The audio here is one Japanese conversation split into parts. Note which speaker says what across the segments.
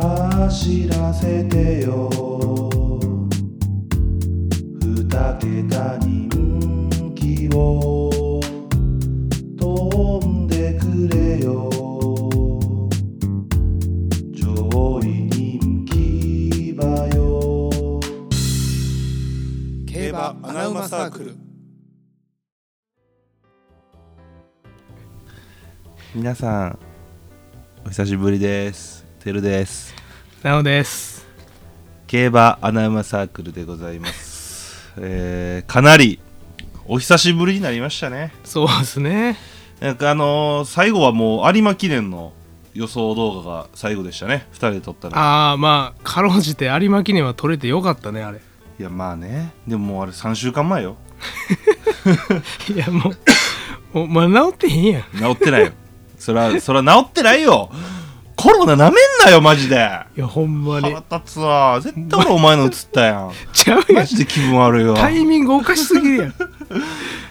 Speaker 1: 走らせてよ二桁人気を飛んでくれよ上位人気馬よ
Speaker 2: 競馬アナウマサークル
Speaker 1: 皆さんお久しぶりですてるです
Speaker 3: なおです。
Speaker 1: 競馬アナウマサークルでございます、えーかなりお久しぶりになりましたね
Speaker 3: そうですね。
Speaker 1: なんかあのー最後はもう有馬記念の予想動画が最後でしたね2人で撮ったの
Speaker 3: ああ、まあ、かろうじて有馬記念は取れてよかったね、あれ。
Speaker 1: いやまあねでももうあれ3週間前よ
Speaker 3: いや、もう、もうまだ治ってへんやん。い
Speaker 1: 治ってないよ そらそら治ってないよコロナなめんなよマジで
Speaker 3: や、ほんまに
Speaker 1: 腹。立つわ絶対俺お前の映ったや ん
Speaker 3: ちゃうや
Speaker 1: マ
Speaker 3: ん。
Speaker 1: ジで気分悪いわ
Speaker 3: タイミングおかしすぎる やん。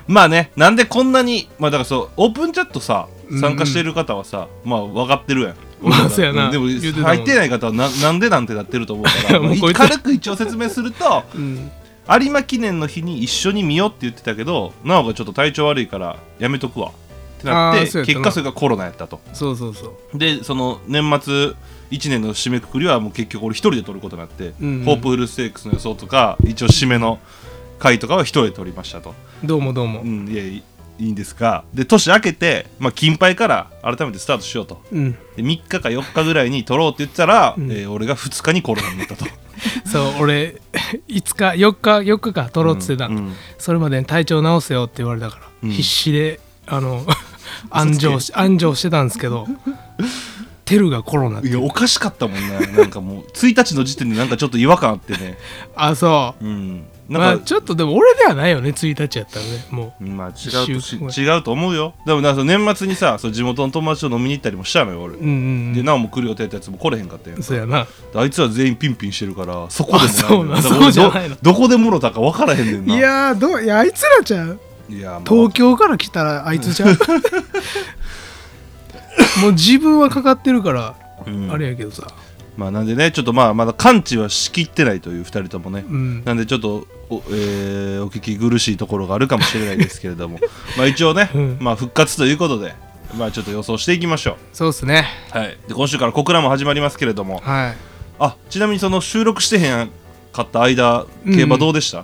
Speaker 1: まあねなんでこんなにまあだからそうオープンチャットさ参加してる方はさ、まあ分かってるやん
Speaker 3: まあそうやなん
Speaker 1: でも
Speaker 3: 言うてたもん
Speaker 1: 入ってない方はななんでなんてなってると思うから
Speaker 3: もうこいつ
Speaker 1: 軽く一応説明すると
Speaker 3: うん。
Speaker 1: 有馬記念の日に一緒に見ようって言ってたけどなおがちょっと体調悪いからやめとくわってなって
Speaker 3: あーそうやった
Speaker 1: 結
Speaker 3: な
Speaker 1: 果それがコロナやったと
Speaker 3: そうそうそう。
Speaker 1: でその年末1年の締めくくりはもう結局俺一人で取ることになって、
Speaker 3: うん
Speaker 1: ホープフルステークスの予想とか一応締めの回とかは一人で取りましたと
Speaker 3: どうもどう
Speaker 1: う
Speaker 3: も。
Speaker 1: んいやいいいいんですがで年明けて、まあ、金牌から改めてスタートしようと
Speaker 3: うん。
Speaker 1: で3日か4日ぐらいに取ろうって言ってたら、
Speaker 3: うん
Speaker 1: えー俺が2日にコロナになったと
Speaker 3: そう、俺、5日、4日、4日か、取ろうっつってた。
Speaker 1: うん
Speaker 3: それまでに体調直せよって言われたから、
Speaker 1: うん
Speaker 3: 必死で、あの、安城し、安城してたんですけ ど、テルがコロナって
Speaker 1: いやおかしかったもんねなんかもう1日の時点でなんかちょっと違和感あってね
Speaker 3: あ、そう。
Speaker 1: うん
Speaker 3: ま
Speaker 1: な
Speaker 3: あ
Speaker 1: んか、
Speaker 3: ちょっとでも俺ではないよね1日やったらねもう
Speaker 1: うんまあ、違う
Speaker 3: 一週間
Speaker 1: と
Speaker 3: 後
Speaker 1: し違うと思うよでもなんかその年末にさそう地元の友達と飲みに行ったりもしたのよ俺、
Speaker 3: うんうんう
Speaker 1: で
Speaker 3: ん
Speaker 1: なおも来る予定やったやつも来れへんかったやん
Speaker 3: そうやな
Speaker 1: あいつは全員ピンピンしてるからそこでも
Speaker 3: あそうなん
Speaker 1: だから俺
Speaker 3: そうじゃないの
Speaker 1: どどこでもろたか分からへんねんない
Speaker 3: やーどういやあいつらちゃう
Speaker 1: いやまあ
Speaker 3: 東京から来たらあいつちゃう もう自分はかかってるから、
Speaker 1: うん
Speaker 3: あれやけどさ
Speaker 1: まあなんでねちょっとまあまだ完治はしきってないという2人ともね、
Speaker 3: うん
Speaker 1: なんでちょっとお,、えーお聞き苦しいところがあるかもしれないですけれど もまあ一応ね、
Speaker 3: うん
Speaker 1: まあ復活ということでまあちょっと予想していきましょ
Speaker 3: そうっすね
Speaker 1: うはいで今週から小倉も始まりますけれども
Speaker 3: は
Speaker 1: あちなみにその収録してへんかった間競馬どうでした、
Speaker 3: い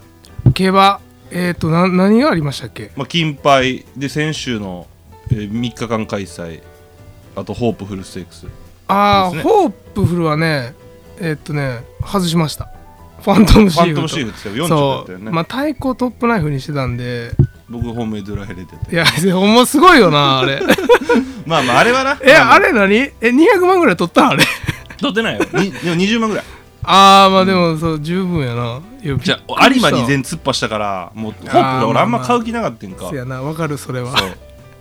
Speaker 3: 競馬えっ、とな何がありましたっけ
Speaker 1: まあ、金杯で先週の、え3日間開催あとホープフルステークス
Speaker 3: あ
Speaker 1: そう
Speaker 3: あ、
Speaker 1: ですね
Speaker 3: ホープフルはねえっ、とね外しましたファントムシ
Speaker 1: ファ
Speaker 3: ー
Speaker 1: ント
Speaker 3: フと
Speaker 1: ムシーフって言ってたよ40だ
Speaker 3: そ
Speaker 1: った
Speaker 3: う
Speaker 1: よね、
Speaker 3: まあ太鼓トップナイフにしてたんで
Speaker 1: 僕本命ドラヘレ出て
Speaker 3: いや ほんますごいよなあれ
Speaker 1: まあまああれはな
Speaker 3: え、
Speaker 1: まま
Speaker 3: あれ何え、200万ぐらい取ったん あれ。
Speaker 1: 取ってないよにでも20万ぐらい
Speaker 3: あー、まあでも、そう、十分やな。いや
Speaker 1: じゃあ有馬に
Speaker 3: 全
Speaker 1: 全突破したからもうホープが俺あんま買う気なかったんか、
Speaker 3: やな、わかる、それは。
Speaker 1: そう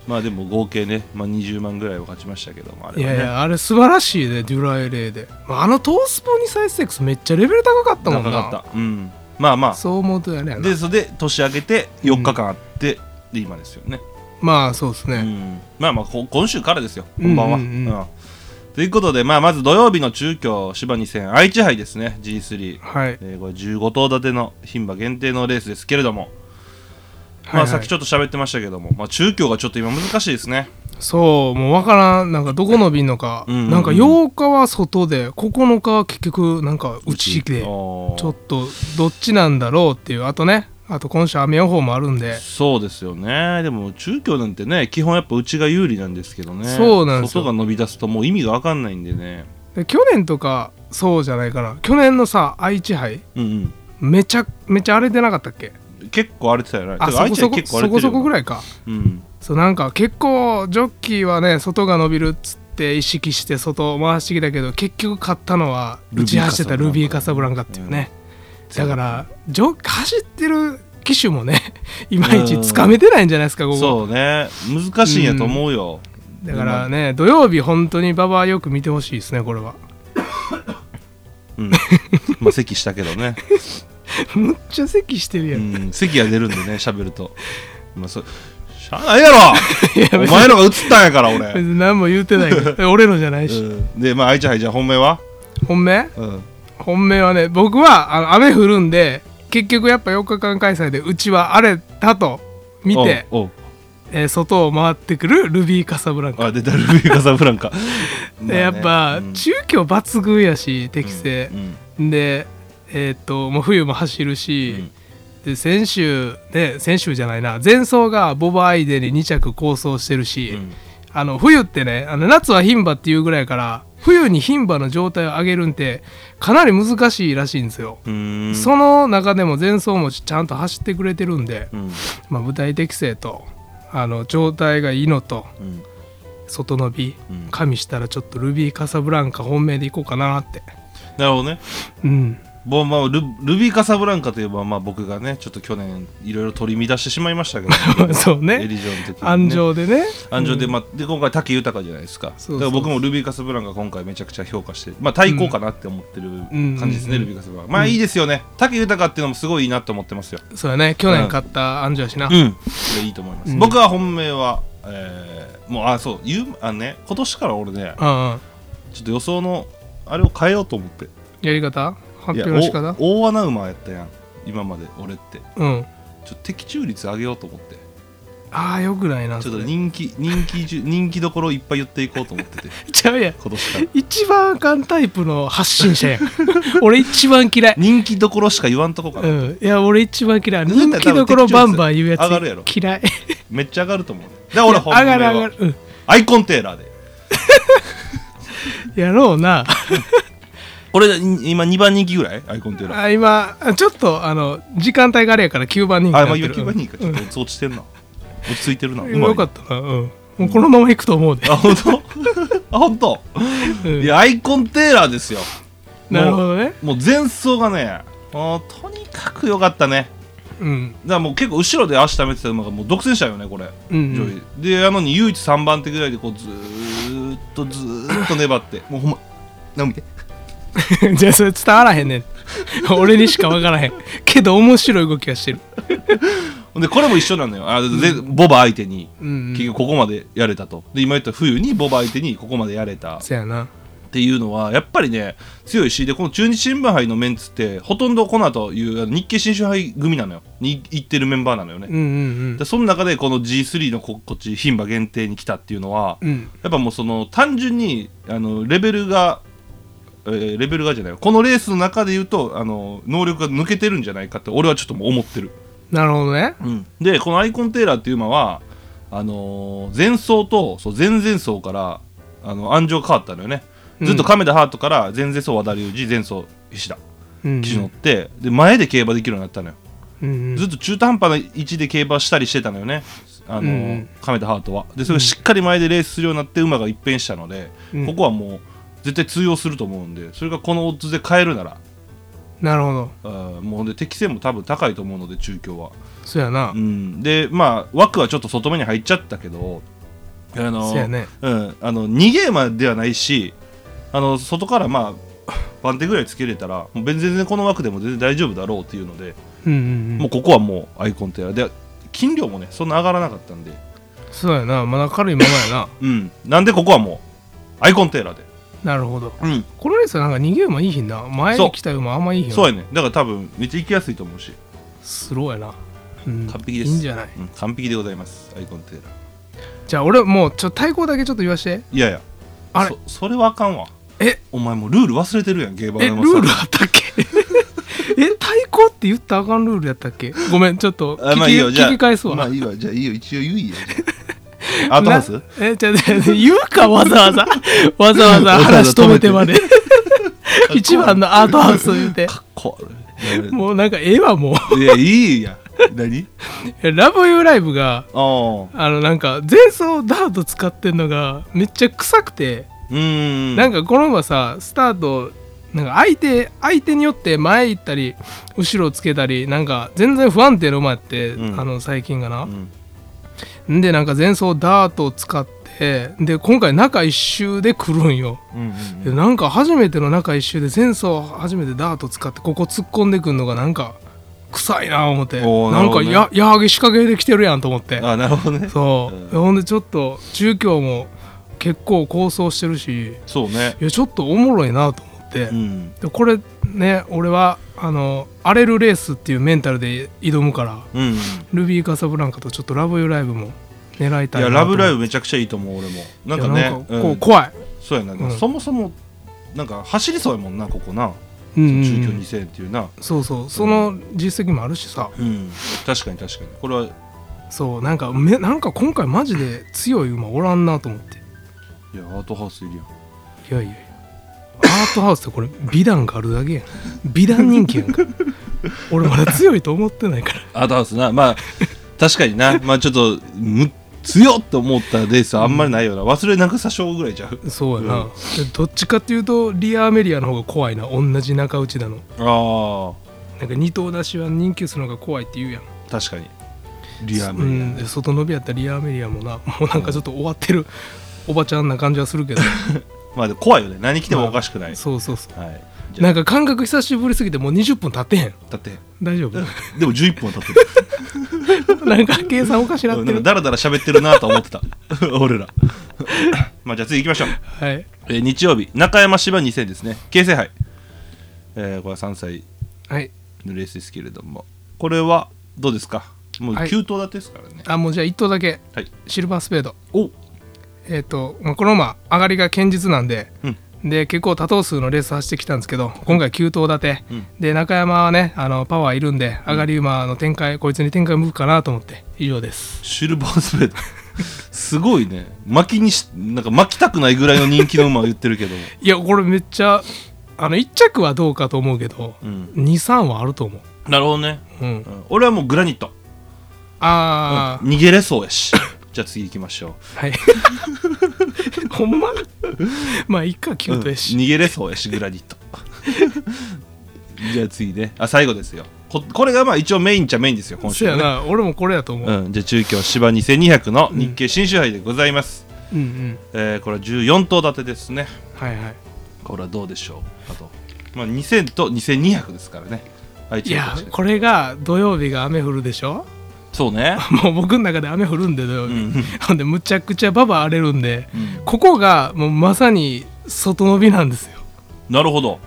Speaker 1: まあでも合計ね、まあ、20万ぐらいは勝ちましたけどもあ
Speaker 3: い
Speaker 1: れは
Speaker 3: や
Speaker 1: ね
Speaker 3: いや、あれ素晴らしいね、デュラエレーで。まああのトースポにサイステックスめっちゃレベル高かったもん
Speaker 1: 高
Speaker 3: な。
Speaker 1: かったうんまあま
Speaker 3: そう思うとやね
Speaker 1: あ
Speaker 3: んな
Speaker 1: で。それで年明けて4日間あって、で今ですよね、
Speaker 3: まあそうです
Speaker 1: う
Speaker 3: ね。
Speaker 1: ん、まあまあこ今週からですよこんばんは、
Speaker 3: うんうんうん
Speaker 1: うんということで、まあ、まず土曜日の中京芝2000愛知杯ですね G3、
Speaker 3: はい。
Speaker 1: えーこれ15頭立ての牝馬限定のレースですけれども、
Speaker 3: はい
Speaker 1: ま
Speaker 3: は
Speaker 1: あ
Speaker 3: い
Speaker 1: さっきちょっと喋ってましたけども、まあ、中京がちょっと今難しいですね
Speaker 3: そう、もうわからん、なんかどこの便のか。
Speaker 1: うんうんうん
Speaker 3: なんか8日は外で、9日は結局、なんかうちで、ちょ
Speaker 1: ょ
Speaker 3: っとどっちなんだろうっていう。あとね、あと今週雨予報もあるんで。
Speaker 1: そうですよねでも中京なんてね基本やっぱうちが有利なんですけどね
Speaker 3: そうなんですよ
Speaker 1: 外が伸び出すともう意味が分かんないんでね
Speaker 3: で去年とかそうじゃないかな去年のさ愛知杯
Speaker 1: うん
Speaker 3: めちゃめちゃ荒れてなかったっけ
Speaker 1: うん結構荒れてたよね
Speaker 3: あ
Speaker 1: て
Speaker 3: そ
Speaker 1: か愛
Speaker 3: こ
Speaker 1: 知は
Speaker 3: そこ
Speaker 1: 結構荒
Speaker 3: そ
Speaker 1: れて
Speaker 3: こ
Speaker 1: るよ
Speaker 3: そこぐらいか
Speaker 1: うん
Speaker 3: そうなんか結構ジョッキーはね外が伸びるっつって意識して外を回してきたけど結局勝ったのは
Speaker 1: ル
Speaker 3: 打
Speaker 1: ビー
Speaker 3: ち
Speaker 1: カ
Speaker 3: 走
Speaker 1: サ
Speaker 3: ってた
Speaker 1: ブランカ
Speaker 3: ルビー・カサブランカっていうね、
Speaker 1: うん
Speaker 3: だからジョ走ってる機種もね いまいちつかめてないんじゃないですかここ
Speaker 1: そうね難しいんやと思うよ、
Speaker 3: だからね土曜日本当に馬場よく見てほしいですねこれは
Speaker 1: うん、まあ咳したけどね、
Speaker 3: むっちゃ咳してるや、
Speaker 1: うんん、咳が出るんでね喋るとまあそしゃあないや ろお前のが映ったんやから
Speaker 3: 別
Speaker 1: 俺、
Speaker 3: に何も言うてないけど俺のじゃないし
Speaker 1: うんでまあ愛知杯じゃあ本命は
Speaker 3: 本命
Speaker 1: うん
Speaker 3: 本命はね僕はあの雨降るんで結局やっぱ4日間開催でうちは荒れたと見て、
Speaker 1: おう
Speaker 3: えー外を回ってくるルビーカサブラン
Speaker 1: おう
Speaker 3: カ、
Speaker 1: あ出たルビーカサブランカまあ
Speaker 3: で
Speaker 1: ね
Speaker 3: やっぱ、
Speaker 1: うん
Speaker 3: 中距抜群やし適正
Speaker 1: う、ん
Speaker 3: でえーっともう冬も走る
Speaker 1: う
Speaker 3: し
Speaker 1: ん、
Speaker 3: で先週ね先週じゃないな前走がボバアイデに2着構想してるし、
Speaker 1: うん
Speaker 3: あの冬ってねあの夏は牝馬っていうぐらいやから冬に牝馬の状態を上げるんってかなり難しいらしいんですよ、
Speaker 1: うーん
Speaker 3: その中でも前走もちゃんと走ってくれてるんで、
Speaker 1: うん
Speaker 3: まあ、舞台適性とあの状態がいいのと
Speaker 1: うん
Speaker 3: 外伸び、
Speaker 1: うん
Speaker 3: 加味したらちょっとルビーカサブランカ本命でいこうかなって
Speaker 1: なるほどね
Speaker 3: うん
Speaker 1: もうまあルルビーカサブランカといえばまあ僕がねちょっと去年いろいろ取り乱してしまいましたけど
Speaker 3: そう
Speaker 1: エ
Speaker 3: ね
Speaker 1: リジョンの時にね
Speaker 3: 安城でね
Speaker 1: 安城で,、
Speaker 3: うん
Speaker 1: まあ、で今回武豊じゃないですか
Speaker 3: そうそう
Speaker 1: だから僕もルビーカスブランが今回めちゃくちゃ評価して、まあ、対抗かなって思ってる
Speaker 3: ん
Speaker 1: 感じですね、
Speaker 3: うん
Speaker 1: ルビーカスブランまあいいですよね武豊っていうのもすごいいいなと思ってますよ
Speaker 3: そうやね去年買った安城やし
Speaker 1: う
Speaker 3: な、
Speaker 1: んそれいいと思います、
Speaker 3: うん
Speaker 1: 僕は本命は、えーもうあそう言うあのね今年から俺ね
Speaker 3: うんうん
Speaker 1: ちょっと予想のあれを変えようと思って
Speaker 3: やり方
Speaker 1: い
Speaker 3: 発
Speaker 1: や
Speaker 3: 表の仕方
Speaker 1: お大穴馬やったやん今まで俺って
Speaker 3: うん
Speaker 1: ちょっと的中率上げようと思って
Speaker 3: ああよくないな
Speaker 1: ち
Speaker 3: そ
Speaker 1: ょっ
Speaker 3: れ
Speaker 1: と人気人気じゅ 人気どころいっぱい言っていこうと思ってて
Speaker 3: ちゃうやん
Speaker 1: 今年から
Speaker 3: 一番あかんタイプの発信 者やん俺一番嫌い
Speaker 1: 人気どころしか言わんとこかな、
Speaker 3: うん、いや俺一番嫌い
Speaker 1: だったら
Speaker 3: 人気どころバンバン言うやつ
Speaker 1: 上がるやろ
Speaker 3: 嫌い
Speaker 1: めっちゃ上がると思う。で、俺、本
Speaker 3: 上
Speaker 1: 命
Speaker 3: がる上が
Speaker 1: は
Speaker 3: る、うん、
Speaker 1: アイコンテーラーで。
Speaker 3: やろうな
Speaker 1: これ、い今2番人気ぐらいアイコンテーラー。
Speaker 3: あ今ちょっとあの時間帯があれやから9番人気
Speaker 1: あ、
Speaker 3: に
Speaker 1: まあ、
Speaker 3: なってる
Speaker 1: 9番人気か。ちょっと落ちてんな。落ち着いてるな。う
Speaker 3: う
Speaker 1: ま
Speaker 3: ん
Speaker 1: いね。
Speaker 3: よかったなうんもうこのままいくと思うで、
Speaker 1: あ、本当あ、本当
Speaker 3: うん
Speaker 1: いや、アイコンテーラーですよ。
Speaker 3: なるほどね
Speaker 1: もう前走がね、もうとにかく良かったね。
Speaker 3: うん
Speaker 1: だからもう結構後ろで足溜めてた馬がもう独占したよね、これ。
Speaker 3: うん
Speaker 1: 上位で、やのに唯一3番手ぐらいでこうずーっとずーっと粘って、もうほんま、なんか見て。
Speaker 3: じゃあそれ伝わらへんね ん俺にしか分からへんけど面白い動きはしてる
Speaker 1: ほんで、これも一緒なのよ。あでボバ相手に。
Speaker 3: うん
Speaker 1: 結局ここまでやれたとで今言った冬にボバ相手にここまでやれたっ
Speaker 3: そやな
Speaker 1: ていうのはやっぱりね強いしでこの中日新聞杯のメンツってほとんどこの後いうあの日経新春杯組なのよに行ってるメンバーなのよね、
Speaker 3: うんうん
Speaker 1: でその中でこの G3 のここっち牝馬限定に来たっていうのは
Speaker 3: うんうん
Speaker 1: やっぱもうその単純にあのレベルが、えーレベルがじゃないこのレースの中で言うとあの能力が抜けてるんじゃないかって俺はちょっともう思ってる
Speaker 3: なるほどね
Speaker 1: でこのアイコンテーラーっていう馬はあのー前走とそう前々走からあの安城変わったのよねずっと亀田ハートから前々走和田龍二前走菱田
Speaker 3: うん
Speaker 1: 騎手乗って、で前で競馬できるようになったのよ、
Speaker 3: うんうん
Speaker 1: ずっと中途半端な位置で競馬したりしてたのよねあのー
Speaker 3: うんうん
Speaker 1: 亀田ハートはでそれがしっかり前でレースするようになって馬が一変したので、
Speaker 3: うん
Speaker 1: ここはもう絶対通用すると思うんでそれがこのオッズで変えるなら
Speaker 3: なるほど
Speaker 1: あーもうほんで適性も多分高いと思うので中京は
Speaker 3: そやな
Speaker 1: うん、でまあ枠はちょっと外目に入っちゃったけどあの
Speaker 3: そうやね
Speaker 1: うん、あの逃げ馬ではないしあの外からまあ番手ぐらいつけれたらもう全然この枠でも全然大丈夫だろうっていうので、
Speaker 3: うんうんうん
Speaker 1: もうここはもうアイコンテーラーで金量もねそんな上がらなかったんで、
Speaker 3: そうやなまだ軽いままやな
Speaker 1: うん、なんでここはもうアイコンテーラーで、
Speaker 3: なるほど
Speaker 1: うん
Speaker 3: このレースはなんか逃げ馬いいひんな前に来た馬あんまいいひん
Speaker 1: そう
Speaker 3: う
Speaker 1: やねだから多分めっちゃ行きやすいと思うし、
Speaker 3: スローやな、うん、
Speaker 1: 完璧です
Speaker 3: いいんじゃない
Speaker 1: うん、完璧でございますアイコンテーラー
Speaker 3: じゃあ俺もうちょっと対抗だけちょっと言わして
Speaker 1: いやいや
Speaker 3: あれ
Speaker 1: そそれはあかんわ
Speaker 3: え
Speaker 1: お前もうルール忘れてるやんゲーバ
Speaker 3: え
Speaker 1: ー
Speaker 3: ル
Speaker 1: の
Speaker 3: ールあったっけ え対抗って言ったらあかんルールやったっけごめんちょっと聞
Speaker 1: あ
Speaker 3: き,、
Speaker 1: まあいいよじゃあ
Speaker 3: 聞き返すわ、
Speaker 1: まあいいわじゃあいいよ一応言いよアートハ
Speaker 3: な
Speaker 1: ウス
Speaker 3: えちょっと言うかわざ わざわざわざ話止めてまで一番のアートハウスを言うて
Speaker 1: かっこ悪い
Speaker 3: もうなんかええわもう
Speaker 1: いやいいや何
Speaker 3: えラブユーライブが
Speaker 1: ああ
Speaker 3: あのなんか前走ダート使ってんのがめっちゃ臭くて、
Speaker 1: うーん
Speaker 3: なん
Speaker 1: か
Speaker 3: かこの馬さスタートなんか相手相手によって前行ったり後ろつけたりなんか全然不安定の馬やって、
Speaker 1: うん
Speaker 3: あの最近がな
Speaker 1: う、ん
Speaker 3: ん、でなんか前走ダートを使ってで今回中一周で来るんよ、
Speaker 1: うん
Speaker 3: でなんか初めての中一周で前走初めてダート使ってここ突っ込んでくんのがなんか臭いな思って
Speaker 1: おー
Speaker 3: な
Speaker 1: なる
Speaker 3: ん
Speaker 1: ほど
Speaker 3: か
Speaker 1: ね
Speaker 3: や矢作仕掛けできてるやんと思って
Speaker 1: うんあなるほどね
Speaker 3: そう、
Speaker 1: うん
Speaker 3: ほんでちょっと中京も結構構想してるし
Speaker 1: そうね
Speaker 3: いやちょっとおもろいなと思っって、
Speaker 1: うん
Speaker 3: でこれね俺はあの荒れるレースっていうメンタルで挑むから
Speaker 1: うん、い
Speaker 3: ルビーカサブランカとちょっとラブユーライブも狙いたい
Speaker 1: や「
Speaker 3: な
Speaker 1: ラブライ
Speaker 3: ブ
Speaker 1: ブ!」めちゃくちゃいいと思う俺もなんかね
Speaker 3: こ
Speaker 1: う
Speaker 3: うん怖い、
Speaker 1: そうやな、
Speaker 3: うん
Speaker 1: そもそもなんか走りそうやもんなここな、
Speaker 3: うんうんうん
Speaker 1: 中京2000っていうな、
Speaker 3: そうそうその実績もあるしさ
Speaker 1: うん、確かに確かにこれは
Speaker 3: そうなんかめなんか今回マジで強い馬おらんなと思って
Speaker 1: いやアートハウスいるやん
Speaker 3: いやいやいやアートハウスってこれ美談があるだけやん美談人気や んか俺まだ強いと思ってないから
Speaker 1: アートハウスなまあ確かに なまあちょっとむ強っと思ったレースはあんまりないよな忘れなくさしょうぐらいちゃう
Speaker 3: そうやな、
Speaker 1: うん
Speaker 3: でどっちかっていうとリアーメリアの方が怖いな同じ中内だの
Speaker 1: あ
Speaker 3: なんか二頭出しは人気薄の方が怖いって言うやん
Speaker 1: あ確かにリア
Speaker 3: う
Speaker 1: ム
Speaker 3: んで外伸びやったリアーメリアもなもうなんかちょっと終わってるおばちゃんな感じはするけど
Speaker 1: まあでも怖いよね何来てもおかしくない、
Speaker 3: そうそうそう
Speaker 1: はいじゃ
Speaker 3: なんか感覚久しぶりすぎてもう20分経ってへん
Speaker 1: あだ って
Speaker 3: 大丈
Speaker 1: でも11分は経ってる
Speaker 3: 夫なんか計算おかしなっ
Speaker 1: うんな
Speaker 3: て
Speaker 1: んかダ
Speaker 3: る
Speaker 1: ラダラ喋ってるなと思ってた 俺らまあじゃあ次行きましょう
Speaker 3: はい
Speaker 1: えー日曜日中山芝2000ですね京成杯、えーこれは3歳
Speaker 3: はい
Speaker 1: のレースですけれどもこれはどうですかもう
Speaker 3: はい
Speaker 1: 9頭立てですからね
Speaker 3: あもうじゃあ1頭だけ
Speaker 1: はい、
Speaker 3: シルバースペード
Speaker 1: お
Speaker 3: えっ、と、まあ、この馬上がりが堅実なんで、
Speaker 1: うん
Speaker 3: で結構多頭数のレース走ってきたんですけど今回9頭立て、
Speaker 1: うん
Speaker 3: で中山はねあのパワーいるんで上がり馬の展開、こいつに展開向くかなと思って以上です
Speaker 1: シルバースペードすごいね巻きにしなんか巻きたくないぐらいの人気の馬を言ってるけども
Speaker 3: いやこれめっちゃあの1着はどうかと思うけど、
Speaker 1: うん
Speaker 3: 23はあると思う
Speaker 1: なるほどね、
Speaker 3: うん
Speaker 1: うん俺はもうグラニット、うん
Speaker 3: ああ、
Speaker 1: 逃げれそうやしじゃあ次行きましょ
Speaker 3: はい ほんままあいっか
Speaker 1: う、
Speaker 3: 9頭やし、
Speaker 1: うん逃げれそうやしグラニット じゃあ次ねあ最後ですよここれがまあ一応メインっちゃメインですよ今
Speaker 3: そ
Speaker 1: 週
Speaker 3: や
Speaker 1: はね
Speaker 3: な俺もこれやと思う、
Speaker 1: うん、じゃあ中京芝2200の日経新州杯でございます、
Speaker 3: うん、うん
Speaker 1: えーこれは14頭立てですね
Speaker 3: はいはい
Speaker 1: これはどうでしょうあと、まあ、2000と2200ですからね愛
Speaker 3: い
Speaker 1: 知の
Speaker 3: や
Speaker 1: 土地で
Speaker 3: これが土曜日が雨降るでしょ
Speaker 1: そうね
Speaker 3: もう僕の中で雨降るんで土曜
Speaker 1: う
Speaker 3: 日、
Speaker 1: ん、
Speaker 3: ほんでむちゃくちゃババ荒れるんで
Speaker 1: うん
Speaker 3: ここがもうまさに外伸びなんですよ
Speaker 1: なるほど、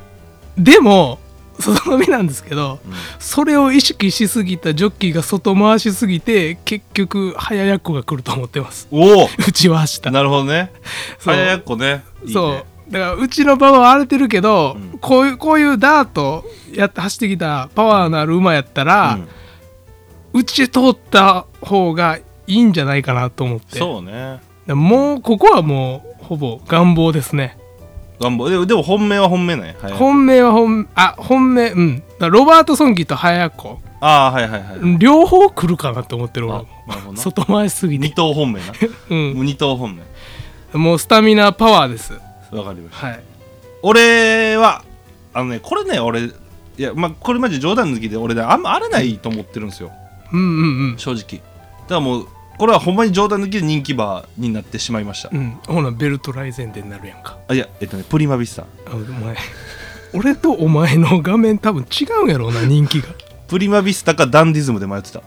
Speaker 3: でも外伸びなんですけど
Speaker 1: うん
Speaker 3: それを意識しすぎたジョッキーが外回しすぎて結局早やっこが来ると思ってます
Speaker 1: おお
Speaker 3: うちは明 日
Speaker 1: なるほどね
Speaker 3: そう
Speaker 1: 早やっこねいいね
Speaker 3: そうだからうちの馬は荒れてるけど、
Speaker 1: うん
Speaker 3: こういうこういうダートやって走ってきたパワーのある馬やったら、
Speaker 1: うん
Speaker 3: うち通った方がいいんじゃないかなと思って
Speaker 1: そうね
Speaker 3: でもうここはもうほぼ願望ですね、
Speaker 1: 願望でもでも本命は本命ね、はい、
Speaker 3: 本命は本あ本命うんだからロバート・ソンギーと早子
Speaker 1: ああはいはいはい、
Speaker 3: 両方来るかなと思ってる俺
Speaker 1: あ
Speaker 3: も
Speaker 1: なるほどな
Speaker 3: 外回しすぎ
Speaker 1: 二
Speaker 3: て、
Speaker 1: 頭本命な
Speaker 3: うん、
Speaker 1: 二頭本命
Speaker 3: もうスタミナパワーです
Speaker 1: わかりました
Speaker 3: はい
Speaker 1: 俺はあのねこれね俺いやまあこれマジ冗談抜きで俺ねあんま荒れないと思ってるんですよ
Speaker 3: うんうん
Speaker 1: 正直だからもうこれはほんまに冗談抜きで人気馬になってしまいました、
Speaker 3: うんうんほなベルトライゼンデになるやんか
Speaker 1: あいやえっとねプリマビスタ
Speaker 3: あ お前俺とお前の画面多分違うんやろうな人気が
Speaker 1: プリマビスタかダンディズムで迷ってた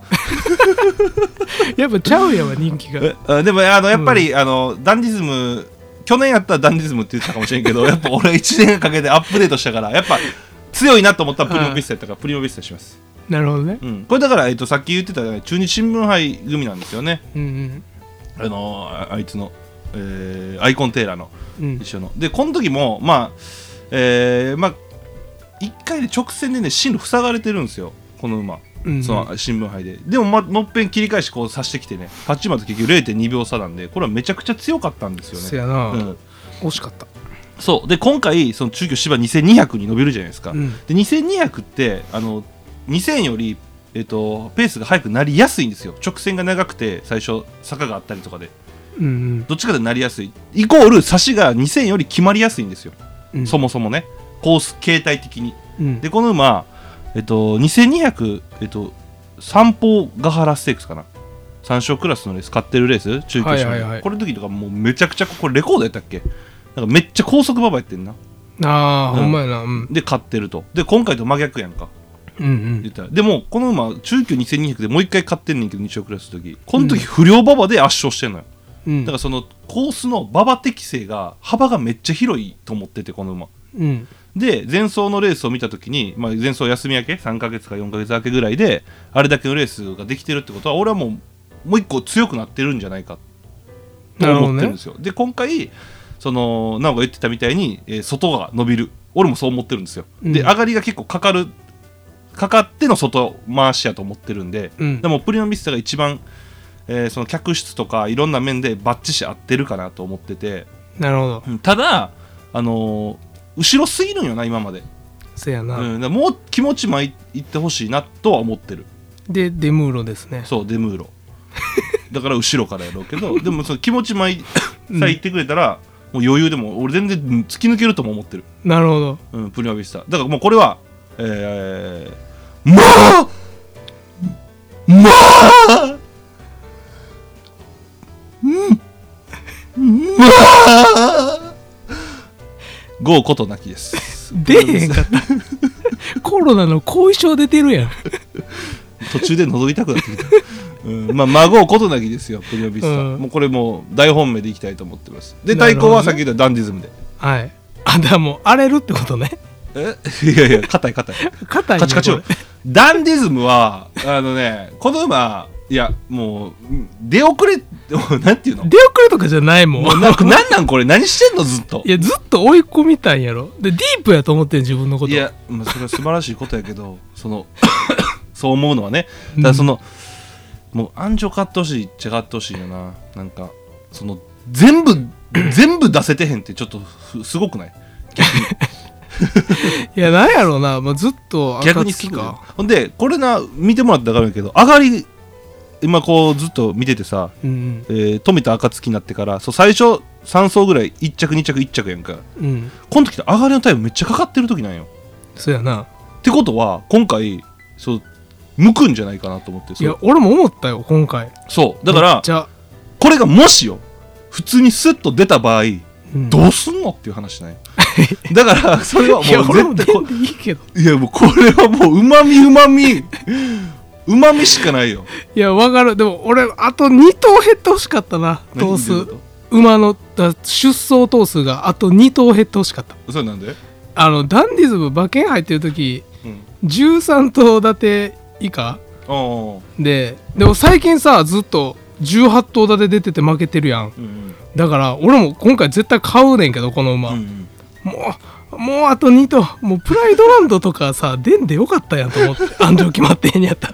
Speaker 3: やっぱちゃうやわ 人気が
Speaker 1: えあでもあのやっぱり、あのダンディズム去年やったらダンディズムって言ってたかもしれんけどやっぱ俺1年かけてアップデートしたからやっぱ強いなと思ったらプリマビスタやったからプリマビスタにします、
Speaker 3: なるほどね
Speaker 1: うん、これだから、えっと、さっき言ってた、ね、中日新聞杯組なんですよね
Speaker 3: うん
Speaker 1: あのああいつの、えーアイコンテーラーの
Speaker 3: うんうん
Speaker 1: 一緒のでこの時もまあえーまあ1回で直線でね進路塞がれてるんですよこの馬
Speaker 3: うん
Speaker 1: その新聞杯で、でも、ま、のっぺん切り返しこう刺してきてねパッチマと結局0.2秒差なんでこれはめちゃくちゃ強かったんですよ
Speaker 3: せ
Speaker 1: ね
Speaker 3: やな、
Speaker 1: うん、
Speaker 3: 惜しかった
Speaker 1: そうで今回その中京芝2200に伸びるじゃないですか、
Speaker 3: うん
Speaker 1: で2200ってあの2000より、えっとペースが速くなりやすいんですよ直線が長くて最初坂があったりとかで
Speaker 3: うんうん
Speaker 1: どっちかでなりやすいイコール差しが2000より決まりやすいんですよ、
Speaker 3: うん
Speaker 1: そもそもねコース形態的に
Speaker 3: うん
Speaker 1: でこの馬、えっと、2200、えっと、三方ヶ原ステークスかな3勝クラスのレース買ってるレース中級者の、
Speaker 3: はいはいはい
Speaker 1: これの時とかもうめちゃくちゃこれレコードやったっけなんかめっちゃ高速馬場やってんな
Speaker 3: ああ、
Speaker 1: うん
Speaker 3: ほんまやなうん
Speaker 1: で買ってるとで今回と真逆やんか
Speaker 3: うんうん
Speaker 1: 言ったらでもこの馬中級2200でもう一回買ってんねんけど2勝クラスの時この時不良馬場で圧勝してんのよ、
Speaker 3: うん
Speaker 1: だからそのコースの馬場適性が幅がめっちゃ広いと思っててこの馬
Speaker 3: うん
Speaker 1: で前走のレースを見た時に、まあ、前走休み明け3ヶ月か4ヶ月明けぐらいであれだけのレースができてるってことは俺はもうもう一個強くなってるんじゃないかと
Speaker 3: なるほど
Speaker 1: 思ってるん
Speaker 3: ね
Speaker 1: ですよ、で今回その奈緒が言ってたみたいに、えー外が伸びる俺もそう思ってるんですよ、
Speaker 3: うん
Speaker 1: で上がりが結構かかるかかっての外回しやと思ってるんで、
Speaker 3: うん
Speaker 1: でもプリノミスタが一番、えーその客室とかいろんな面でバッチし合ってるかなと思ってて、
Speaker 3: なるほど
Speaker 1: うんただあのー後ろすぎるんよな今まで
Speaker 3: せやな、
Speaker 1: うん、だからもう気持ち前い行ってほしいなとは思ってる
Speaker 3: でデムーロですね
Speaker 1: そうデムー ロだから後ろからやろうけどでもその気持ち前さえ行ってくれたら、もう余裕でも俺全然うん突き抜けるとも思ってる、
Speaker 3: なるほど
Speaker 1: うん、プリマビスタだからもうこれはえー、まあまあうんまあゴーことなきです
Speaker 3: 出えへんかった コロナの後遺症出てるやん
Speaker 1: 途中で覗いたくなってきた、 うん、まあ孫をことなきですよプリオビスタ、
Speaker 3: うん
Speaker 1: もうこれもう大本命でいきたいと思ってますで
Speaker 3: なる
Speaker 1: 対
Speaker 3: ほどね
Speaker 1: 抗はさっき言ったダンディズムで、
Speaker 3: はいあだからもう荒れるってことね
Speaker 1: え いやいや硬い硬い
Speaker 3: 硬いね
Speaker 1: カチカチよ
Speaker 3: これ
Speaker 1: ダンディズムはあのねこの馬いやもううん出遅れ なんていうの
Speaker 3: 出遅れとかじゃないもん
Speaker 1: もうなんかなんなんこれ何してんのずっと
Speaker 3: いやずっと追い込みたいんやろでディープやと思ってん自分のこと
Speaker 1: いや、まあ、それは素晴らしいことやけど その そう思うのはねただその、もう安城買ってほしいっちゃ買ってほしいよななんかその全部 全部出せてへんってちょっとすすごくない
Speaker 3: いやなんやろうな、まあ、ずっと
Speaker 1: 逆に
Speaker 3: 好
Speaker 1: す
Speaker 3: き
Speaker 1: ごいよ
Speaker 3: か
Speaker 1: ほんでこれな見てもらったら分かるけど上がり今こうずっと見ててさ、
Speaker 3: うん
Speaker 1: えー富田暁になってからそう最初3走ぐらい1着2着1着やんか
Speaker 3: うんうん
Speaker 1: この時って上がりのタイムめっちゃかかってる時なんよ
Speaker 3: そうやな
Speaker 1: ってことは今回そう向くんじゃないかなと思って
Speaker 3: い
Speaker 1: そう
Speaker 3: や俺も思ったよ今回
Speaker 1: そうだか
Speaker 3: めっ
Speaker 1: ら
Speaker 3: ちゃ、
Speaker 1: これがもしよ普通にスッと出た場合
Speaker 3: うん
Speaker 1: どうすんのっていう話 ねだからそれはもう
Speaker 3: いや俺も
Speaker 1: 絶対
Speaker 3: 全
Speaker 1: こ
Speaker 3: 然いいけど
Speaker 1: いやもうこれはもううまみうまみうまみしかないよ
Speaker 3: いやわかるでも俺あと2頭減ってほしかったな頭数
Speaker 1: 何どういうこ
Speaker 3: 馬のだ出走頭数があと2頭減ってほしかった
Speaker 1: とそれなんで、
Speaker 3: あのダンディズム馬券入ってる時
Speaker 1: うん、
Speaker 3: 13頭立て以下
Speaker 1: ああ
Speaker 3: ででも最近さずっと18頭立て出てて負けてるやん
Speaker 1: うんうん
Speaker 3: だから俺も今回絶対買うねんけどこの馬、
Speaker 1: うんうん
Speaker 3: もうもうあと2頭もうプライドランドとかさ出んでよかったやんと思って安城決まってへんやった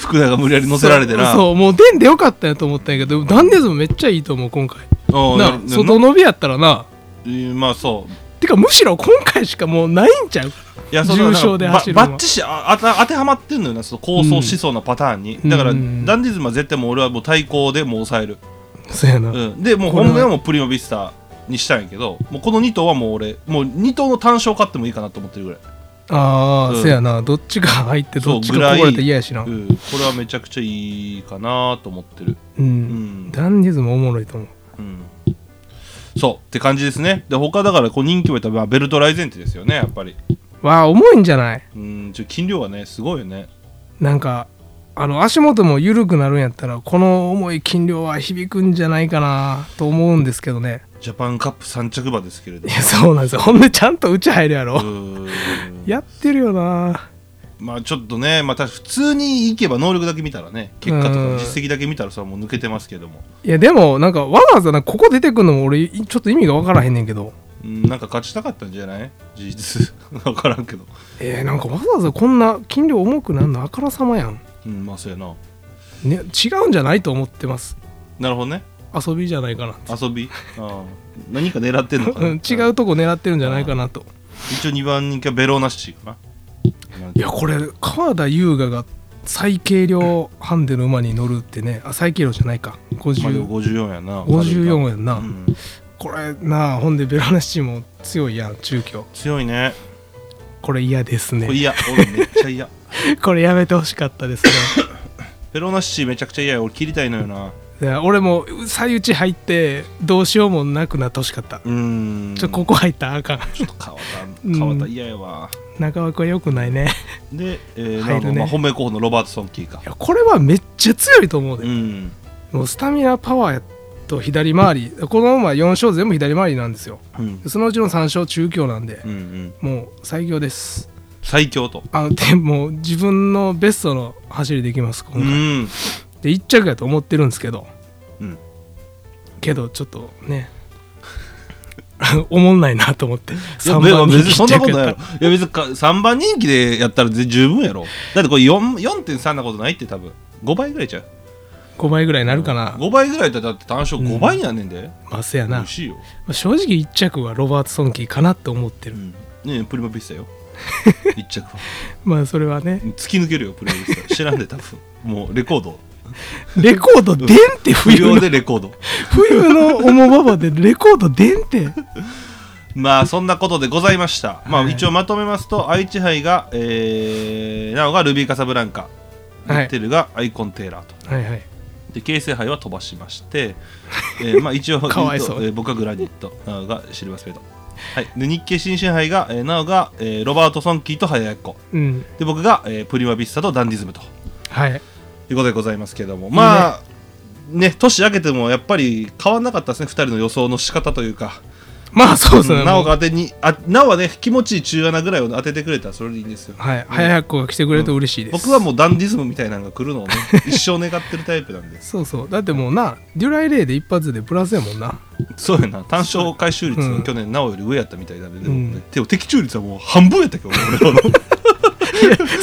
Speaker 1: 福田が無理やり乗せられてな
Speaker 3: そうそうもう出んでよかったやんと思ったんやけどダンディズムめっちゃいいと思う今回
Speaker 1: ああな
Speaker 3: な
Speaker 1: な
Speaker 3: 外伸びやったらな
Speaker 1: なまあそう
Speaker 3: てかむしろ今回しかもうないんちゃうか
Speaker 1: いやその
Speaker 3: 重傷で走るの
Speaker 1: ば
Speaker 3: は
Speaker 1: バッチシああた当てはまってんのよなその構想しそうなパターンに、
Speaker 3: うん
Speaker 1: だから、
Speaker 3: うん
Speaker 1: ダンディズムは絶対もう俺はもう対抗でもう抑える
Speaker 3: そうやな、
Speaker 1: うん、でもう
Speaker 3: これは
Speaker 1: 本命はもうプリモビスタにしたんやけどもうこの2頭はもう俺もう2頭の単勝買ってもいいかなと思ってるぐらい、
Speaker 3: ああ、
Speaker 1: うん
Speaker 3: せやなどっちが入って
Speaker 1: そう
Speaker 3: どっちがこぼれたら嫌やしな
Speaker 1: うん、これはめちゃくちゃいいかなと思ってる
Speaker 3: う、
Speaker 1: うんん、
Speaker 3: ダンディズムおもろいと思う
Speaker 1: うん、そうって感じですねで他だからこう人気もいったらまあベルトライゼンテですよねやっぱり
Speaker 3: わあ重いんじゃない
Speaker 1: うんちょ筋量がねすごいよね
Speaker 3: なんかあの足元も緩くなるんやったらこの重い筋量は響くんじゃないかなと思うんですけどね
Speaker 1: ジャパンカップ3着馬ですけれど
Speaker 3: いやそうなんですよほんでちゃんとうち入るやろ、
Speaker 1: うーん
Speaker 3: やってるよな
Speaker 1: まあちょっとねまあ確か普通にいけば能力だけ見たらね結果とか実績だけ見たらそれはもう抜けてますけども
Speaker 3: いやでもなんかわざわざなんかここ出てくるのも俺いちょっと意味がわからへんねんけど
Speaker 1: うんなんか勝ちたかったんじゃない事実 分からんけど
Speaker 3: えー、なんかわざわざこんな筋量重くなるのあからさまやん、
Speaker 1: うんまあそうやな
Speaker 3: ね、違うんじゃないと思ってます
Speaker 1: なるほどね
Speaker 3: 遊びじゃないかな
Speaker 1: 遊びああ何か狙ってんのかな
Speaker 3: うん違うとこ狙ってるんじゃないかなと
Speaker 1: 一応2番人気はベローナッシーかななんか
Speaker 3: いやこれ川田優雅が最軽量ハンデの馬に乗るってねあ最軽量じゃないか
Speaker 1: まあで
Speaker 3: 50
Speaker 1: も54やな
Speaker 3: 54やんな、
Speaker 1: うん
Speaker 3: これなあほんでベラナシチも強いやん中京
Speaker 1: 強いね
Speaker 3: これ嫌です
Speaker 1: これ
Speaker 3: ね
Speaker 1: 嫌俺めっちゃ嫌
Speaker 3: これやめてほしかったですね
Speaker 1: ベローナッシーめちゃくちゃ嫌や俺切りたいのよない
Speaker 3: や俺も最内入ってどうしようもなくなってほしかった、
Speaker 1: うーん
Speaker 3: ちょここ入ったらあかん
Speaker 1: ちょっと川
Speaker 3: う
Speaker 1: 田
Speaker 3: ん
Speaker 1: 川田嫌やわ
Speaker 3: 中枠は良くないね
Speaker 1: で、えー
Speaker 3: 入るね
Speaker 1: なんかまあ本命候補のロバートソンキーか
Speaker 3: いやこれはめっちゃ強いと思うで、
Speaker 1: うん
Speaker 3: もうスタミナパワーやと左回りこの馬4勝全部左回りなんですよ
Speaker 1: うん
Speaker 3: そのうちの3勝中京なんで
Speaker 1: うんうん
Speaker 3: もう最強です
Speaker 1: 最強と
Speaker 3: あのでもう自分のベストの走りできます今
Speaker 1: う
Speaker 3: 回、
Speaker 1: ん
Speaker 3: で1着やと思ってるんですけど
Speaker 1: うん
Speaker 3: けどちょっとね おもんないなと思って
Speaker 1: いや
Speaker 3: 3番
Speaker 1: 別
Speaker 3: 人
Speaker 1: に
Speaker 3: 気
Speaker 1: そんなことない
Speaker 3: っ
Speaker 1: や
Speaker 3: てや
Speaker 1: ろ
Speaker 3: った
Speaker 1: いや別にか3番人気でやったら十分やろだってこれ4 4.3なことないって多分5倍ぐらいちゃう
Speaker 3: 5倍ぐらいになるかな、
Speaker 1: 5倍ぐらいだったらだって単勝5倍になんねんで、
Speaker 3: まあせや
Speaker 1: 美
Speaker 3: な、ま
Speaker 1: 味しいよ、
Speaker 3: あ正直1着はロバートソンキーかなって思ってる、
Speaker 1: ねえプリマビ スタよ一着は
Speaker 3: まあそれはね
Speaker 1: 突き抜けるよプリマビスタ知らんで多分もうレコード
Speaker 3: レコード出んって
Speaker 1: 不
Speaker 3: 冬
Speaker 1: 要
Speaker 3: の
Speaker 1: でレコード
Speaker 3: 冬の重馬場でレコード出んって
Speaker 1: まあそんなことでございました、まあ
Speaker 3: はい
Speaker 1: 一応まとめますと愛知杯が、えー、なおがルビーカサブランカ、
Speaker 3: はい
Speaker 1: テルがアイコンテーラーと
Speaker 3: はいはい
Speaker 1: で京成杯は飛ばしま して、えーまあ、一応
Speaker 3: かわいそう
Speaker 1: えー僕はグラニットなおがシルバースペード、はい、で日経新進杯が、えー、なおが、えーロバート・ソンキーと早やっこ
Speaker 3: うん
Speaker 1: で僕が、えープリマビスタとダンディズムと
Speaker 3: はい
Speaker 1: いうことでございますけどもまあね年明けてもやっぱり変わんなかったですね2人の予想の仕方というか
Speaker 3: まあそうですね、
Speaker 1: なお
Speaker 3: もう
Speaker 1: が当てにあなおはね気持ちいい中穴ぐらいを当ててくれたらそれでいいんですよ
Speaker 3: はい早く子が来てくれると嬉しいです、
Speaker 1: 僕はもうダンディズムみたいなのが来るのを ね一生願ってるタイプなんで
Speaker 3: そうそうだってもうなデュライレイで一発でプラスやもんな
Speaker 1: そうやな単勝回収率
Speaker 3: う
Speaker 1: が
Speaker 3: ん
Speaker 1: 去年なおより上やったみたいなんで、で
Speaker 3: うん
Speaker 1: もねでも的中率はもう半分やったけど俺らの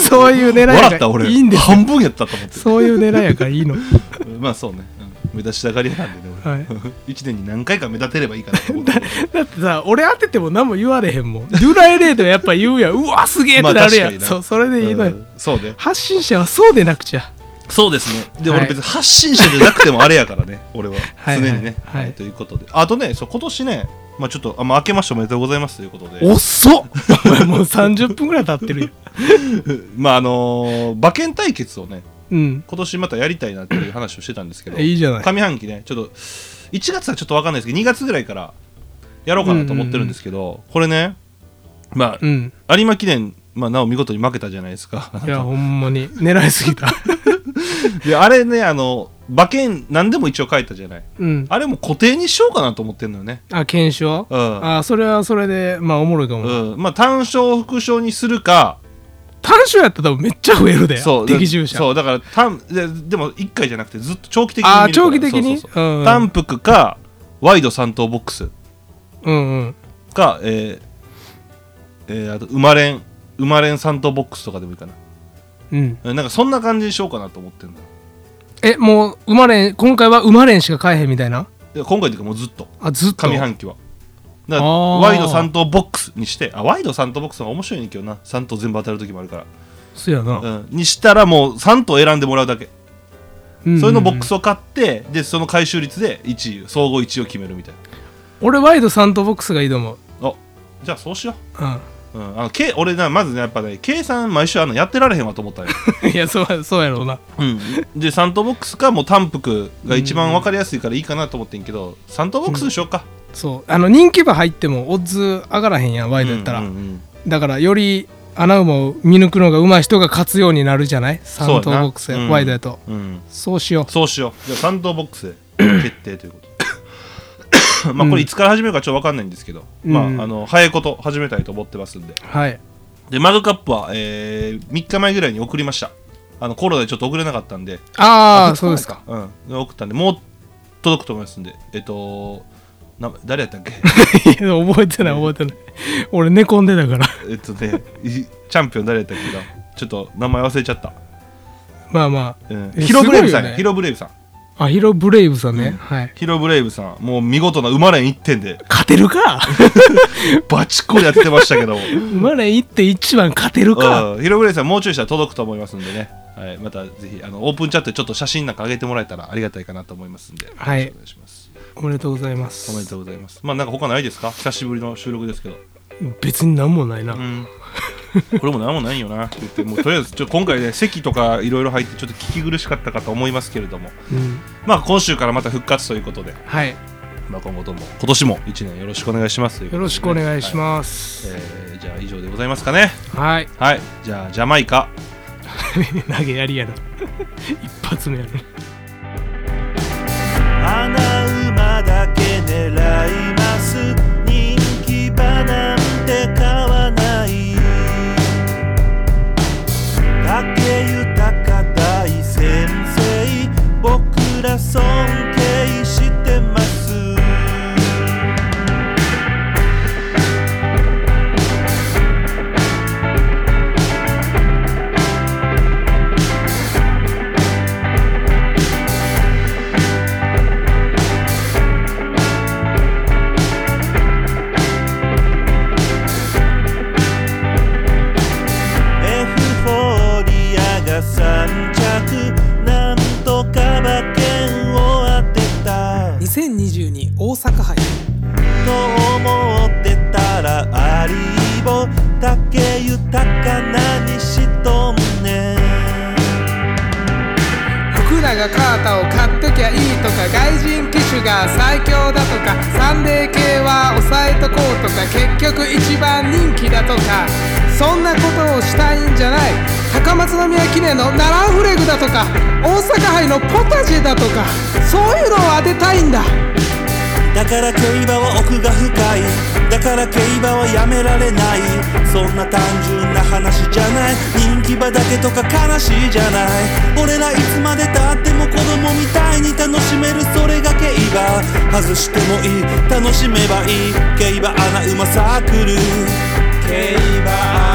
Speaker 3: そういう狙い
Speaker 1: 笑
Speaker 3: や
Speaker 1: っ
Speaker 3: か
Speaker 1: た
Speaker 3: ら
Speaker 1: 俺
Speaker 3: いいんですよ
Speaker 1: 半分やったと 思って
Speaker 3: そういう狙いやからいいの
Speaker 1: まあそうね、うん目立ちたがり屋なんでね俺、
Speaker 3: はい
Speaker 1: 1年に何回か目立てればいいかなと思って
Speaker 3: だってさ俺当てても何も言われへんもんデュライレイではやっぱ言うやんうわすげえってなるや
Speaker 1: ま
Speaker 3: ん、
Speaker 1: あ確かにな
Speaker 3: そうそれでいいのよ、
Speaker 1: うんそうね
Speaker 3: 発信者はそうでなくちゃ
Speaker 1: そうですね。で、
Speaker 3: はい
Speaker 1: 俺別に発信者じゃなくてもあれやからね、 俺は。
Speaker 3: はい
Speaker 1: 常
Speaker 3: はい
Speaker 1: にね。
Speaker 3: はい
Speaker 1: はいということで。あとね、そう今年ね、まあちょっと、あまあ、明けましておめでとうございますということで、
Speaker 3: 遅っお前もう30分ぐらい経ってるよ
Speaker 1: まああのー馬券対決をね、
Speaker 3: うん
Speaker 1: 今年またやりたいなっていう話をしてたんですけど、
Speaker 3: いいじゃない
Speaker 1: 上半期ね、ちょっと、1月はちょっとわかんないですけど、2月ぐらいからやろうかなと思ってるんですけど、これね、ま
Speaker 3: うん
Speaker 1: あ、有馬記念、まあ、なお見事に負けたじゃないですか。
Speaker 3: いやほんまに狙いすぎた
Speaker 1: で、あれね、あの、馬券何でも一応書いたじゃない。
Speaker 3: うん
Speaker 1: あれも固定にしようかなと思ってるのよね。
Speaker 3: あ検証
Speaker 1: うん。
Speaker 3: あそれはそれでまあおもろいかも
Speaker 1: うん、まあ単勝副賞にするか
Speaker 3: 単勝やったら多分めっちゃ増えるで
Speaker 1: そう
Speaker 3: 的中者
Speaker 1: そうだから単ででも1回じゃなくてずっと長期的に見るから
Speaker 3: あ長期的に
Speaker 1: そうそう
Speaker 3: うん
Speaker 1: そううん単幅かワイド3等ボックス
Speaker 3: うんうん
Speaker 1: かえーえーあと馬連馬連3等ボックスとかでもいいかな
Speaker 3: うん
Speaker 1: うんなんかそんな感じにしようかなと思ってんだよ
Speaker 3: えもう生まれん今回は生まれんしか買えへんみたいな
Speaker 1: で今回というかもうずっと
Speaker 3: あずっと
Speaker 1: 上半期はだから
Speaker 3: あー
Speaker 1: ワイド3等ボックスにしてあワイド3等ボックスの方が面白いねんけどな3等全部当たる時もあるか
Speaker 3: そうやな、
Speaker 1: ら、うん、にしたらもう3等選んでもらうだけ
Speaker 3: うん
Speaker 1: それのボックスを買ってでその回収率で1位総合1位を決めるみたい
Speaker 3: 俺ワイドサンドボックスがいいと思う
Speaker 1: なあじゃあそうしよ
Speaker 3: う
Speaker 1: う、うん、あのけ俺なまずねやっぱね計算毎週あのやってられへんわと思ったよ、
Speaker 3: ん いやそうそうやろうな
Speaker 1: うん、で3等ボックスかもう単幅が一番分かりやすいからいいかなと思ってんけど3等ボックスにしようか、
Speaker 3: そうあの人気馬入ってもオッズ上がらへんやんワ
Speaker 1: う
Speaker 3: イ
Speaker 1: ん、
Speaker 3: ドやったら、
Speaker 1: うんうん
Speaker 3: だからより穴馬を見抜くのが上手い人が勝つようになるじゃな
Speaker 1: う
Speaker 3: い
Speaker 1: やな
Speaker 3: 3等ボックスや
Speaker 1: うん
Speaker 3: ワイドやと、
Speaker 1: うん
Speaker 3: そうしよ
Speaker 1: そうしようじゃあ3等ボックスで決定ということ まあこれいつから始めるかちょっと分かんないんですけど、
Speaker 3: うん
Speaker 1: まああの早いこと始めたいと思ってますんで
Speaker 3: うはい
Speaker 1: でマグカップは、え3日前ぐらいに送りましたあのコロナでちょっと送れなかったんで
Speaker 3: ああそうですか、
Speaker 1: うん、送ったんでもう届くと思いますんでえっとな誰やったっけ
Speaker 3: いや 覚えてない覚えてない俺寝込んでたから
Speaker 1: えっとねいチャンピオン誰やったっけなちょっと名前忘れちゃった、
Speaker 3: まあま
Speaker 1: うん、
Speaker 3: え
Speaker 1: ヒロブレイブさん
Speaker 3: すごいよ
Speaker 1: や、
Speaker 3: ね
Speaker 1: ヒロブレイブさん
Speaker 3: ああヒロブレイブさんね、
Speaker 1: うん
Speaker 3: はい
Speaker 1: ヒロブレイブさんもう見事な生まれん1点で
Speaker 3: 勝てる か
Speaker 1: バチッコリやってましたけ ども
Speaker 3: 生まれ1.1番勝てるか
Speaker 1: うんヒロブレイブさんもうちょいしたら届くと思いますんでね、はい、またぜひあのオープンチャットでちょっと写真なんか上げてもらえたらありがたいかなと思いますんで、
Speaker 3: はい
Speaker 1: よろしくお願いします
Speaker 3: おめでとうございます
Speaker 1: おめでとうございますまあなんか他ないですか久しぶりの収録ですけど
Speaker 3: 別になんもないな、
Speaker 1: うん、これも何もないよなって言ってもうとりあえずちょっと今回ね席とかいろいろ入ってちょっと聞き苦しかったかと思いますけれども
Speaker 3: うん
Speaker 1: まあ今週からまた復活ということで、
Speaker 3: はいよ
Speaker 1: まあ、今後とも今年も1年よろしくお願いしますということでね
Speaker 3: ろしくお願いしま
Speaker 1: はい
Speaker 3: す
Speaker 1: えーじゃあ以上でございますかね
Speaker 3: はい、
Speaker 1: はいじゃあジャマイカ
Speaker 3: 投げ やりやな一発目やな
Speaker 1: 「花馬
Speaker 4: が最強だとかサンデー系は抑えとこうとか結局一番人気だとかそんなことをしたいんじゃない高松宮記念のナランフレグだとか大阪杯のポタジェだとかそういうのを当てたいんだ
Speaker 2: だから競馬は奥が深いだから競馬はやめられないそんな単純な話じゃない人気馬だけとか悲しいじゃない俺らいつまでたっても子供みたいに楽しめるそれが競馬外してもいい楽しめばいい競馬アナウマサークル競馬